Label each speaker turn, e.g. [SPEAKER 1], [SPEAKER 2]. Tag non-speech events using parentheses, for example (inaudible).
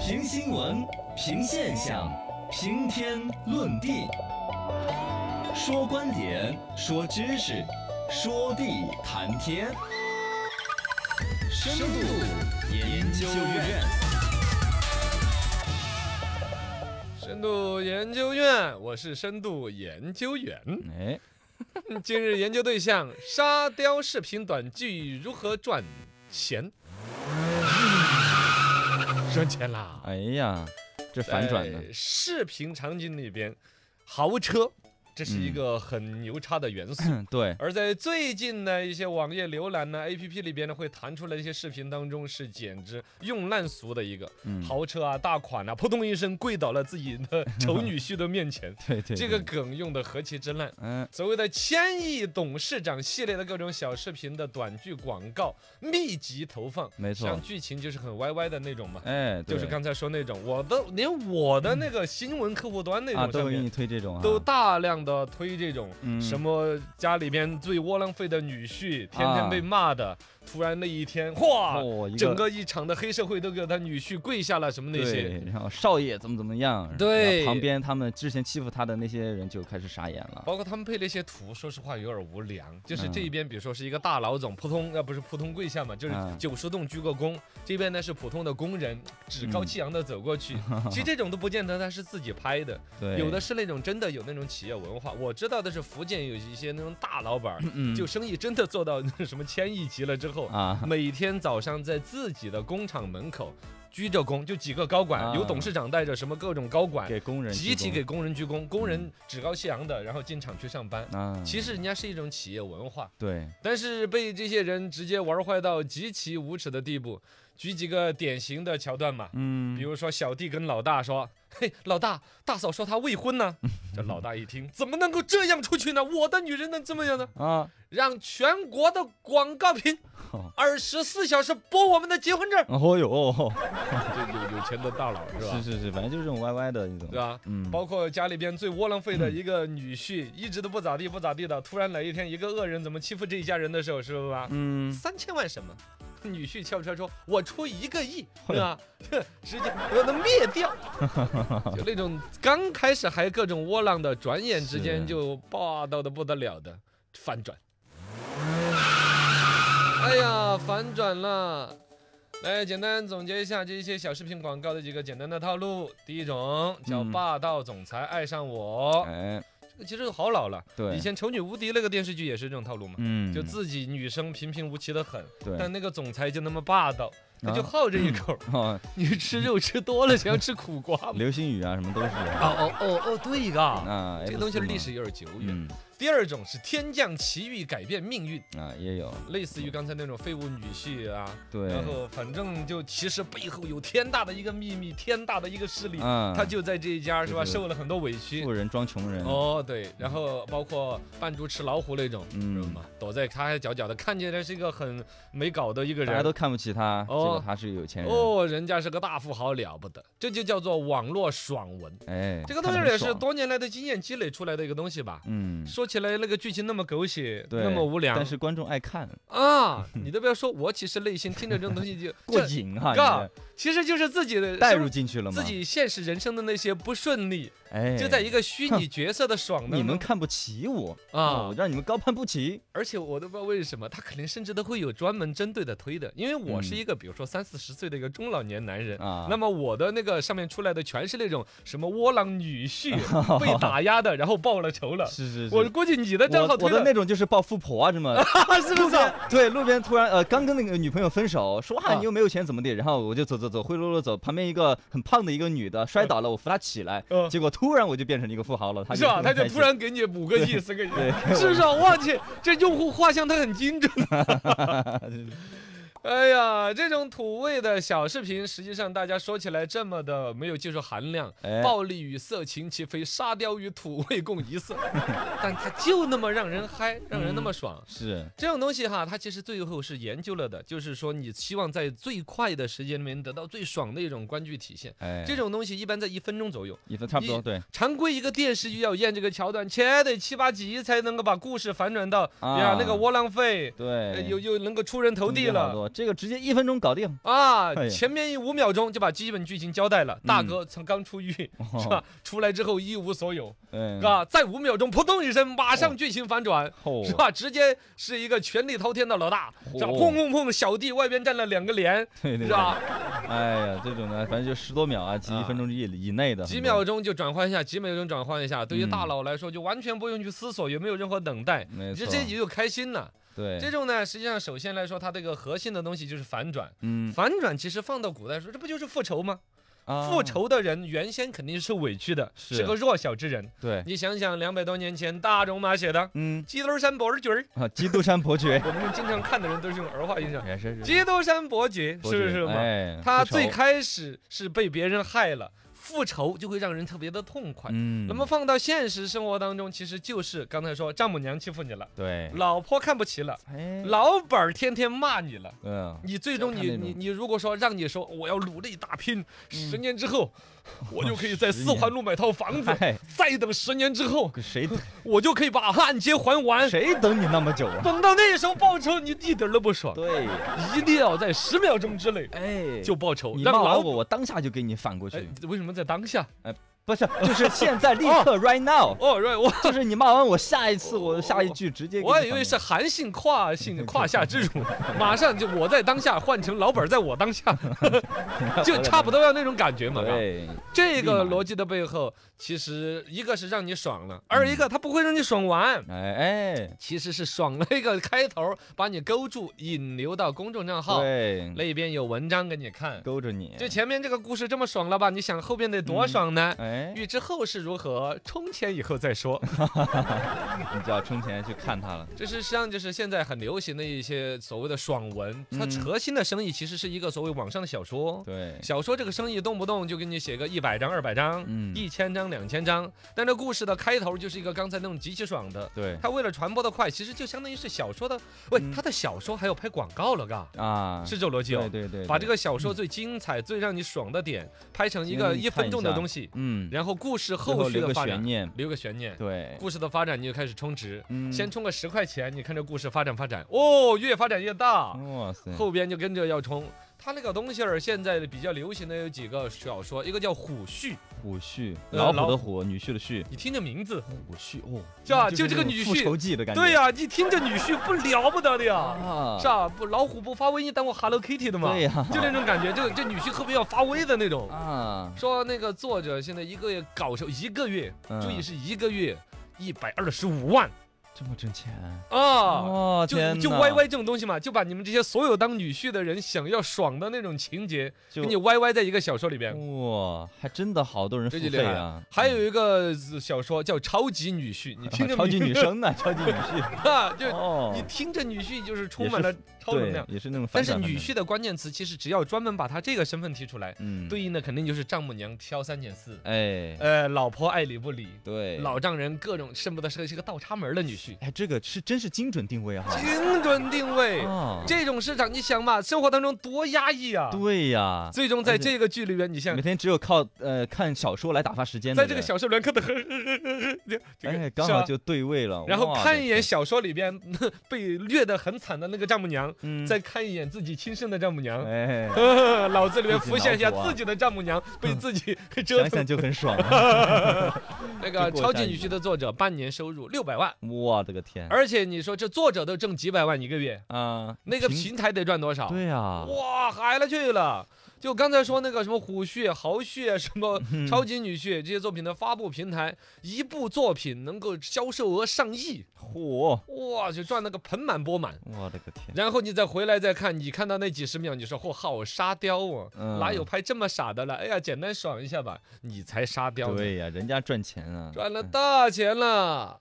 [SPEAKER 1] 评新闻，评现象，评天论地，说观点，说知识，说地谈天。深度研究院，
[SPEAKER 2] 深度研究院，我是深度研究员。
[SPEAKER 1] 哎，
[SPEAKER 2] (laughs) 今日研究对象：沙雕视频短剧如何赚钱？赚钱啦！
[SPEAKER 1] 哎呀，这反转呢
[SPEAKER 2] 在？视频场景里边，豪车这是一个很牛叉的元素。
[SPEAKER 1] 对，
[SPEAKER 2] 而在最近的一些网页浏览呢、APP 里边呢，会弹出来一些视频当中，是简直用烂俗的一个
[SPEAKER 1] 嗯，
[SPEAKER 2] 豪车啊、大款啊，扑通一声跪倒了自己的丑女婿的面前。
[SPEAKER 1] 对对，
[SPEAKER 2] 这个
[SPEAKER 1] 对，
[SPEAKER 2] 梗用的何其之烂！
[SPEAKER 1] 嗯，
[SPEAKER 2] 所谓的“千亿董事长”系列的各种小视频的短剧广告密集投放，
[SPEAKER 1] 没
[SPEAKER 2] 实际
[SPEAKER 1] 错
[SPEAKER 2] 上，剧情就是很歪歪的那种嘛，
[SPEAKER 1] 哎，
[SPEAKER 2] 就是
[SPEAKER 1] 对
[SPEAKER 2] 刚才说那种，我的连我的那个新闻客户端那
[SPEAKER 1] 啊，
[SPEAKER 2] 种
[SPEAKER 1] 都
[SPEAKER 2] 上
[SPEAKER 1] 会给
[SPEAKER 2] 面
[SPEAKER 1] 你推这种啊，
[SPEAKER 2] 都大量的推这种。
[SPEAKER 1] 嗯
[SPEAKER 2] 什么家里边最窝囊废的女婿，天
[SPEAKER 1] 啊
[SPEAKER 2] 天被骂的，突然那一天，嚯，
[SPEAKER 1] 哦，一
[SPEAKER 2] 整个一场的黑社会都给他女婿跪下了，什么那些
[SPEAKER 1] 对，然后少爷怎么怎么样，
[SPEAKER 2] 对
[SPEAKER 1] 然后旁边他们之前欺负他的那些人就开始傻眼了。
[SPEAKER 2] 包括他们配那些图，说实话有点无良。就是
[SPEAKER 1] 嗯
[SPEAKER 2] 这一边，比如说是一个大老总，扑通，呃，不是扑通跪下嘛，就是
[SPEAKER 1] 嗯
[SPEAKER 2] 九十栋鞠个躬。这边呢是普通的工人，趾高气扬的走
[SPEAKER 1] (laughs)
[SPEAKER 2] 过去。其实这种都不见得他是自己拍的，
[SPEAKER 1] 对，
[SPEAKER 2] 有的是那种真的有那种企业文化。我知道的是福建有一些那种大老板儿，
[SPEAKER 1] 嗯
[SPEAKER 2] 就生意真的做到什么千亿级了之后，
[SPEAKER 1] 啊，
[SPEAKER 2] (laughs) 每天早上在自己的工厂门口鞠着躬，就几个高管，有
[SPEAKER 1] 啊
[SPEAKER 2] 董事长带着什么各种高管。
[SPEAKER 1] 给工人嗯
[SPEAKER 2] 集体给
[SPEAKER 1] 提
[SPEAKER 2] 工人鞠躬，工人趾高气扬的，然后进厂去上班。
[SPEAKER 1] 供啊，
[SPEAKER 2] 其实人家是一种企业文化，
[SPEAKER 1] 对，
[SPEAKER 2] 但是被这些人直接玩坏到极其无耻的地步。举几个典型的桥段嘛，
[SPEAKER 1] 嗯
[SPEAKER 2] 比如说小弟跟老大说：“嘿，老大，大嫂说她未婚
[SPEAKER 1] (laughs)
[SPEAKER 2] 呢。”这老大一听，怎么能够这样出去呢？我的女人能这么样呢？
[SPEAKER 1] 啊，
[SPEAKER 2] 让全国的广告屏
[SPEAKER 1] 哦。
[SPEAKER 2] 二十四小时播我们的结婚证
[SPEAKER 1] 哦哟，哦
[SPEAKER 2] 这有有钱的大佬是吧？
[SPEAKER 1] 是是是，反正就是这种歪歪的那种
[SPEAKER 2] 对，吧？
[SPEAKER 1] 嗯，
[SPEAKER 2] 啊包括家里边最窝囊废的一个女婿，一直都不咋地不咋地的，突然哪一天一个恶人怎么欺负这一家人的时候，是不是吧？
[SPEAKER 1] 嗯，
[SPEAKER 2] 三千万什么？女婿跳出来说：“我出一
[SPEAKER 1] (laughs)
[SPEAKER 2] 个亿，对吧？ (laughs) 哼直接把他灭掉。”就那种刚开始还各种窝囊的，转眼之
[SPEAKER 1] 是
[SPEAKER 2] 间就霸道的不得了的反转。哎呀，反转了！来，简单总结一下这些小视频广告的几个简单的套路。第一种叫
[SPEAKER 1] 嗯
[SPEAKER 2] 霸道总裁爱上我，
[SPEAKER 1] 哎，
[SPEAKER 2] 这个其实好老了。
[SPEAKER 1] 对，
[SPEAKER 2] 以前《丑女无敌》那个电视剧也是这种套路嘛。
[SPEAKER 1] 嗯，
[SPEAKER 2] 就自己女生平平无奇的很，
[SPEAKER 1] 对
[SPEAKER 2] 但那个总裁就那么霸道，他就
[SPEAKER 1] 啊
[SPEAKER 2] 好这一口
[SPEAKER 1] (laughs)
[SPEAKER 2] 儿。
[SPEAKER 1] 哦，
[SPEAKER 2] 你吃肉吃多了，想要吃苦瓜
[SPEAKER 1] (laughs)
[SPEAKER 2] 吗？
[SPEAKER 1] 流星雨啊什么都是
[SPEAKER 2] 哦哦哦哦，对个，
[SPEAKER 1] 啊，
[SPEAKER 2] 这个东西
[SPEAKER 1] F4 嘛
[SPEAKER 2] 历史有点久远。
[SPEAKER 1] 嗯
[SPEAKER 2] 第二种是天降奇遇改变命运，
[SPEAKER 1] 啊也有，
[SPEAKER 2] 类似于刚才那种废物女婿啊，
[SPEAKER 1] 对，
[SPEAKER 2] 然后反正就其实背后有天大的一个秘密，天大的一个势力，
[SPEAKER 1] 啊，
[SPEAKER 2] 他就在这一家是吧，
[SPEAKER 1] 对对
[SPEAKER 2] 受了很多委屈
[SPEAKER 1] 富。人装穷人，
[SPEAKER 2] 哦，对，然后包括扮猪吃老虎那种，知道
[SPEAKER 1] 嗯
[SPEAKER 2] 吗，？躲在他还角角的，看起来是一个很没搞的一个
[SPEAKER 1] 大家
[SPEAKER 2] 人
[SPEAKER 1] 都。看不起他，结
[SPEAKER 2] 哦
[SPEAKER 1] 果他是有钱人，
[SPEAKER 2] 哦，人家是个大富豪，了不得，这就叫做网络爽文。
[SPEAKER 1] 哎，
[SPEAKER 2] 这个东
[SPEAKER 1] 看
[SPEAKER 2] 西
[SPEAKER 1] 得很
[SPEAKER 2] 也是
[SPEAKER 1] 爽
[SPEAKER 2] 多年来的经验积累出来的一个东西吧。
[SPEAKER 1] 嗯，
[SPEAKER 2] 说起来，那个剧情那么狗血，
[SPEAKER 1] 对，
[SPEAKER 2] 那么无良，
[SPEAKER 1] 但是观众爱看， (laughs)
[SPEAKER 2] 啊，你都不要说，我其实内心听着这种东西就
[SPEAKER 1] 过
[SPEAKER 2] 这
[SPEAKER 1] 瘾哈，
[SPEAKER 2] 杠
[SPEAKER 1] 你
[SPEAKER 2] 其实就是自己的
[SPEAKER 1] 这带
[SPEAKER 2] 生
[SPEAKER 1] 入进去了吗？
[SPEAKER 2] 自，己现实人生的那些不顺利，
[SPEAKER 1] 哎，
[SPEAKER 2] 就在一个虚拟角色的爽当
[SPEAKER 1] 你们
[SPEAKER 2] 中
[SPEAKER 1] 看不起我
[SPEAKER 2] 啊
[SPEAKER 1] 我。让你们高攀不起，
[SPEAKER 2] 而且我都不知道为什么，他可能甚至都会有专门针对的推的，因为我是
[SPEAKER 1] 嗯
[SPEAKER 2] 一个比如说三四十岁的一个中老年男人
[SPEAKER 1] 啊
[SPEAKER 2] 那么我的那个上面出来的全是那种什么窝囊女
[SPEAKER 1] (laughs)
[SPEAKER 2] 婿被打压的，然后报了仇了。
[SPEAKER 1] 是是是，
[SPEAKER 2] 我估计你的账
[SPEAKER 1] 我
[SPEAKER 2] 号
[SPEAKER 1] 我
[SPEAKER 2] 推
[SPEAKER 1] 的那种就是抱富婆啊，这
[SPEAKER 2] (laughs)
[SPEAKER 1] 么
[SPEAKER 2] 是不是？
[SPEAKER 1] 对，路边突然呃刚跟那个女朋友分手，说啊
[SPEAKER 2] 啊
[SPEAKER 1] 你又没有钱怎么地，然后我就走走走灰溜溜走，旁边一个很胖的一个女的摔倒了，我扶她起来
[SPEAKER 2] 嗯，
[SPEAKER 1] 结果突然我就变成一个富豪了，她
[SPEAKER 2] 是吧？
[SPEAKER 1] 很
[SPEAKER 2] 他就
[SPEAKER 1] 开
[SPEAKER 2] 突
[SPEAKER 1] 心
[SPEAKER 2] 然给你五个亿、四个亿，
[SPEAKER 1] 对，
[SPEAKER 2] 是不是啊？我去，这用户画像他很精
[SPEAKER 1] (laughs)
[SPEAKER 2] 准。哎呀，这种土味的小视频，实际上大家说起来这么的没有技术含量，
[SPEAKER 1] 哎
[SPEAKER 2] 暴力与色情齐飞，沙雕与土味共
[SPEAKER 1] (laughs)
[SPEAKER 2] 一色，但它就那么让人嗨，让人那么爽。
[SPEAKER 1] 是
[SPEAKER 2] 这种东西哈，它其实最后是研究了的，就是说你希望在最快的时间里面得到最爽的一种观剧体现。
[SPEAKER 1] 哎，
[SPEAKER 2] 这种东西一般在一分钟左右，
[SPEAKER 1] 也都差不多
[SPEAKER 2] 一
[SPEAKER 1] 对
[SPEAKER 2] 常规一个电视剧要演这个桥段，且得七八集才能够把故事反转到
[SPEAKER 1] 啊哎
[SPEAKER 2] 呀那个窝囊废，呃
[SPEAKER 1] 对，
[SPEAKER 2] 又又能够出人头
[SPEAKER 1] 中
[SPEAKER 2] 地
[SPEAKER 1] 间好
[SPEAKER 2] 了
[SPEAKER 1] 多。这个直接一分钟搞定，
[SPEAKER 2] 啊
[SPEAKER 1] 哎，呀嗯
[SPEAKER 2] 前面一五秒钟就把基本剧情交代了。大哥曾刚出狱
[SPEAKER 1] 哦
[SPEAKER 2] (laughs) 是吧？出来之后一无所有，
[SPEAKER 1] 嗯，
[SPEAKER 2] 啊，在五秒钟扑通一声，马上剧情反转。
[SPEAKER 1] 哦
[SPEAKER 2] 是啊吧？直接是一个权力滔天的老大，是吧？
[SPEAKER 1] 哦
[SPEAKER 2] 砰砰砰，小弟外边站了两个连，
[SPEAKER 1] 对对
[SPEAKER 2] 是
[SPEAKER 1] 对，
[SPEAKER 2] 吧？
[SPEAKER 1] 哎呀，这种呢，反正就十多秒啊，及一分钟以以内的，
[SPEAKER 2] 几秒，钟就转换一下，几秒钟转换一下。对于
[SPEAKER 1] 嗯
[SPEAKER 2] 大佬来说，就完全不用去思索，也没有任何等待，
[SPEAKER 1] 没
[SPEAKER 2] 这
[SPEAKER 1] 错，
[SPEAKER 2] 这局就开心了。
[SPEAKER 1] 对，
[SPEAKER 2] 这种呢，实际上首先来说，它这个核心的东西就是反转。
[SPEAKER 1] 嗯，
[SPEAKER 2] 反转其实放到古代说，这不就是复仇吗？
[SPEAKER 1] 啊
[SPEAKER 2] 复仇的人原先肯定是委屈的，
[SPEAKER 1] 是
[SPEAKER 2] 是个弱小之人。
[SPEAKER 1] 对，
[SPEAKER 2] 你想想，两百多年前大仲马写的《
[SPEAKER 1] 嗯
[SPEAKER 2] 基督山伯爵》，
[SPEAKER 1] 啊，基督山伯
[SPEAKER 2] (laughs)
[SPEAKER 1] 爵
[SPEAKER 2] 我们经常看的人都是用儿化音上，
[SPEAKER 1] 也是，
[SPEAKER 2] 《基督山伯爵》
[SPEAKER 1] 伯
[SPEAKER 2] 是不
[SPEAKER 1] 爵
[SPEAKER 2] 是嘛？
[SPEAKER 1] 哎，
[SPEAKER 2] 他
[SPEAKER 1] 复仇
[SPEAKER 2] 最，开始是被别人害了，复仇就会让人特别的痛快。
[SPEAKER 1] 嗯，
[SPEAKER 2] 那么放到现实生活当中，其实就是刚才说丈母娘欺负你了，
[SPEAKER 1] 对，
[SPEAKER 2] 老婆看不起了，
[SPEAKER 1] 哎，
[SPEAKER 2] 老板儿天天骂你了。
[SPEAKER 1] 嗯，
[SPEAKER 2] 你最终
[SPEAKER 1] 就看
[SPEAKER 2] 你
[SPEAKER 1] 那种
[SPEAKER 2] 你你如果说让你说我要努力打拼，十
[SPEAKER 1] 嗯
[SPEAKER 2] 年之后，我就可以在
[SPEAKER 1] 十
[SPEAKER 2] 四环路买套房
[SPEAKER 1] (laughs)
[SPEAKER 2] 子，
[SPEAKER 1] 哎，
[SPEAKER 2] 再等十年之后，
[SPEAKER 1] 谁
[SPEAKER 2] 我就可以把按揭
[SPEAKER 1] (laughs)
[SPEAKER 2] 还完。
[SPEAKER 1] 谁等你那么久
[SPEAKER 2] (laughs)
[SPEAKER 1] 啊？
[SPEAKER 2] 等到那时候报仇，你一点儿都不爽，
[SPEAKER 1] 对，
[SPEAKER 2] 一定要在十秒钟之内
[SPEAKER 1] 哎，
[SPEAKER 2] 就报仇，
[SPEAKER 1] 你
[SPEAKER 2] 让
[SPEAKER 1] 骂完
[SPEAKER 2] 老
[SPEAKER 1] 我，我当下就给你反过
[SPEAKER 2] 哎
[SPEAKER 1] 去，
[SPEAKER 2] 为什么在当下？
[SPEAKER 1] 不是，就是现在立刻 right now，
[SPEAKER 2] 哦，right，我
[SPEAKER 1] 就是你骂完我，下一次我下一句直接给你
[SPEAKER 2] 我
[SPEAKER 1] 反
[SPEAKER 2] 以
[SPEAKER 1] 过
[SPEAKER 2] 为
[SPEAKER 1] 去，
[SPEAKER 2] 是韩信
[SPEAKER 1] (laughs)
[SPEAKER 2] 胯性胯下之辱，马上就我在当下换成老板儿在我
[SPEAKER 1] (laughs)
[SPEAKER 2] 当下，就差不多要那种感觉嘛。是吧
[SPEAKER 1] 对，
[SPEAKER 2] 这个
[SPEAKER 1] 立马
[SPEAKER 2] 逻辑的背后，其实一个是让你爽了，二一
[SPEAKER 1] 嗯
[SPEAKER 2] 个它不会让你爽完，
[SPEAKER 1] 哎哎，
[SPEAKER 2] 其实是爽了一个开头，把你勾住，引流到公众账号
[SPEAKER 1] 对，
[SPEAKER 2] 那边有文章给你看。
[SPEAKER 1] 勾着你，
[SPEAKER 2] 就前面这个故事这么爽了吧？你想后边得多爽呢？
[SPEAKER 1] 哎，
[SPEAKER 2] 预知后事如何，充钱以后再说。
[SPEAKER 1] 你就要充钱去看他了，
[SPEAKER 2] 这是实际上就是现在很流行的一些所谓的爽文，它
[SPEAKER 1] 嗯
[SPEAKER 2] 核心的生意其实是一个所谓网上的小说。
[SPEAKER 1] 对，
[SPEAKER 2] 小说这个生意动不动就给你写个一百章、二百章、
[SPEAKER 1] 嗯
[SPEAKER 2] 一千章、两千章，但这故事的开头就是一个刚才那种极其爽的。
[SPEAKER 1] 对
[SPEAKER 2] 它为了传播的快，其实就相当于是小说的，喂，
[SPEAKER 1] 嗯
[SPEAKER 2] 它的小说还要拍广告了，嘎，
[SPEAKER 1] 啊，
[SPEAKER 2] 是这逻辑
[SPEAKER 1] 对
[SPEAKER 2] 哦。
[SPEAKER 1] 对对，
[SPEAKER 2] 把这
[SPEAKER 1] 个，
[SPEAKER 2] 个小说最精彩、最让你爽的点拍成一个
[SPEAKER 1] 行
[SPEAKER 2] 一分钟的
[SPEAKER 1] 看一下
[SPEAKER 2] 东西，
[SPEAKER 1] 嗯，
[SPEAKER 2] 然后故事
[SPEAKER 1] 最
[SPEAKER 2] 后续
[SPEAKER 1] 留
[SPEAKER 2] 的
[SPEAKER 1] 个
[SPEAKER 2] 发
[SPEAKER 1] 悬
[SPEAKER 2] 展
[SPEAKER 1] 念，
[SPEAKER 2] 留个悬念，
[SPEAKER 1] 对，
[SPEAKER 2] 故事的发展你就开始充值，
[SPEAKER 1] 嗯
[SPEAKER 2] 先充个十块钱，你看这故事发展发展，哦，越发展越大，
[SPEAKER 1] 哇塞，
[SPEAKER 2] 后边就跟着要冲。他那个东西儿现在比较流行的有几个小说，一个叫虎序，
[SPEAKER 1] 虎婿，
[SPEAKER 2] 呃
[SPEAKER 1] 老虎
[SPEAKER 2] 老
[SPEAKER 1] 的虎，女婿的婿，
[SPEAKER 2] 你听这名字，
[SPEAKER 1] 虎婿哦，
[SPEAKER 2] 是吧
[SPEAKER 1] 就
[SPEAKER 2] 就这个
[SPEAKER 1] 那种
[SPEAKER 2] 女
[SPEAKER 1] 复
[SPEAKER 2] 婿
[SPEAKER 1] 仇记的感觉，
[SPEAKER 2] 对呀、一听这女婿不了不得的呀，
[SPEAKER 1] 啊，
[SPEAKER 2] 是吧？不，老虎不发威，你当我 Hello Kitty 的吗？
[SPEAKER 1] 对呀，
[SPEAKER 2] 就那种感觉，就这女婿特别要发威的那种。
[SPEAKER 1] 啊，
[SPEAKER 2] 说那个作者现在一个月搞成一个月，
[SPEAKER 1] 嗯
[SPEAKER 2] 注意是一个月一百二十五万
[SPEAKER 1] 这么挣钱，
[SPEAKER 2] 啊！
[SPEAKER 1] 哦，
[SPEAKER 2] 就
[SPEAKER 1] 天
[SPEAKER 2] 就
[SPEAKER 1] 哪
[SPEAKER 2] YY 这种东西嘛，就把你们这些所有当女婿的人想要爽的那种情节，
[SPEAKER 1] 就
[SPEAKER 2] 给你 YY 在一个小说里边。
[SPEAKER 1] 哇，还真的好多人付
[SPEAKER 2] 这就
[SPEAKER 1] 费
[SPEAKER 2] 厉害
[SPEAKER 1] 啊！
[SPEAKER 2] 还有一个小说叫《超级女婿》，你听
[SPEAKER 1] 啊 (laughs)
[SPEAKER 2] 着
[SPEAKER 1] 超级
[SPEAKER 2] 名
[SPEAKER 1] 女生呢，超级女
[SPEAKER 2] (laughs)
[SPEAKER 1] 婿
[SPEAKER 2] 啊，就
[SPEAKER 1] 哦
[SPEAKER 2] 你，听着女婿就是充满了超能
[SPEAKER 1] 对
[SPEAKER 2] 量，。
[SPEAKER 1] 也是那种
[SPEAKER 2] 但
[SPEAKER 1] 反
[SPEAKER 2] 是
[SPEAKER 1] 转的那种，
[SPEAKER 2] 女婿的关键词其实只要专门把他这个身份提出来，
[SPEAKER 1] 嗯，
[SPEAKER 2] 对，应的肯定就是丈母娘挑三拣四，
[SPEAKER 1] 哎，
[SPEAKER 2] 呃，老婆爱理不理，
[SPEAKER 1] 对，
[SPEAKER 2] 老丈人各种恨不得是是个倒插门的女婿，
[SPEAKER 1] 哎，这个是真是精准定位啊！
[SPEAKER 2] 精准定位。
[SPEAKER 1] 啊，
[SPEAKER 2] 这种市场你想嘛，生活当中多压抑哦啊！
[SPEAKER 1] 对呀，
[SPEAKER 2] 最终在这个剧里边，你像
[SPEAKER 1] 每天只有靠呃看小说来打发时间的
[SPEAKER 2] 在
[SPEAKER 1] 人，
[SPEAKER 2] (laughs) 这个小说里边看的很，这个
[SPEAKER 1] 哎，刚
[SPEAKER 2] 是
[SPEAKER 1] 好
[SPEAKER 2] 吧
[SPEAKER 1] 就啊对位了。
[SPEAKER 2] 然后
[SPEAKER 1] 哇
[SPEAKER 2] 看一眼，小说里边 (laughs) 被虐得很惨的那个丈母娘，
[SPEAKER 1] 嗯
[SPEAKER 2] 再看一眼自己亲生的丈母娘，
[SPEAKER 1] 哎，
[SPEAKER 2] (laughs) 脑子里面浮现一
[SPEAKER 1] 自己脑
[SPEAKER 2] 下
[SPEAKER 1] 补啊
[SPEAKER 2] 自己的丈母娘被自己 (laughs) 折
[SPEAKER 1] 想
[SPEAKER 2] 腾
[SPEAKER 1] 想。就很爽啊。
[SPEAKER 2] (laughs) 那
[SPEAKER 1] 就
[SPEAKER 2] 个
[SPEAKER 1] 过
[SPEAKER 2] 超
[SPEAKER 1] 下一
[SPEAKER 2] 级女
[SPEAKER 1] 个
[SPEAKER 2] 婿的作者半年收入六百万，
[SPEAKER 1] 我的个天
[SPEAKER 2] 而且你说这作者都挣几百万一个月，
[SPEAKER 1] 啊！
[SPEAKER 2] 那个
[SPEAKER 1] 平
[SPEAKER 2] 平台得赚多少？
[SPEAKER 1] 对呀，
[SPEAKER 2] 哇，海了去了！就刚才说那个什么虎穴、豪穴、什么超级女婿这些作品的发布平台，一部作品能够销售额上亿，
[SPEAKER 1] 嚯，
[SPEAKER 2] 哇，就赚了个盆满钵满。
[SPEAKER 1] 我的个天，
[SPEAKER 2] 然后你再回来再看，你看到那几十秒，你说嚯，好沙雕哦，
[SPEAKER 1] 嗯
[SPEAKER 2] 哪有拍这么傻的了？哎呀，简单爽一下吧，你才沙雕呢，
[SPEAKER 1] 对呀，人家赚钱啊，
[SPEAKER 2] 赚了大钱了。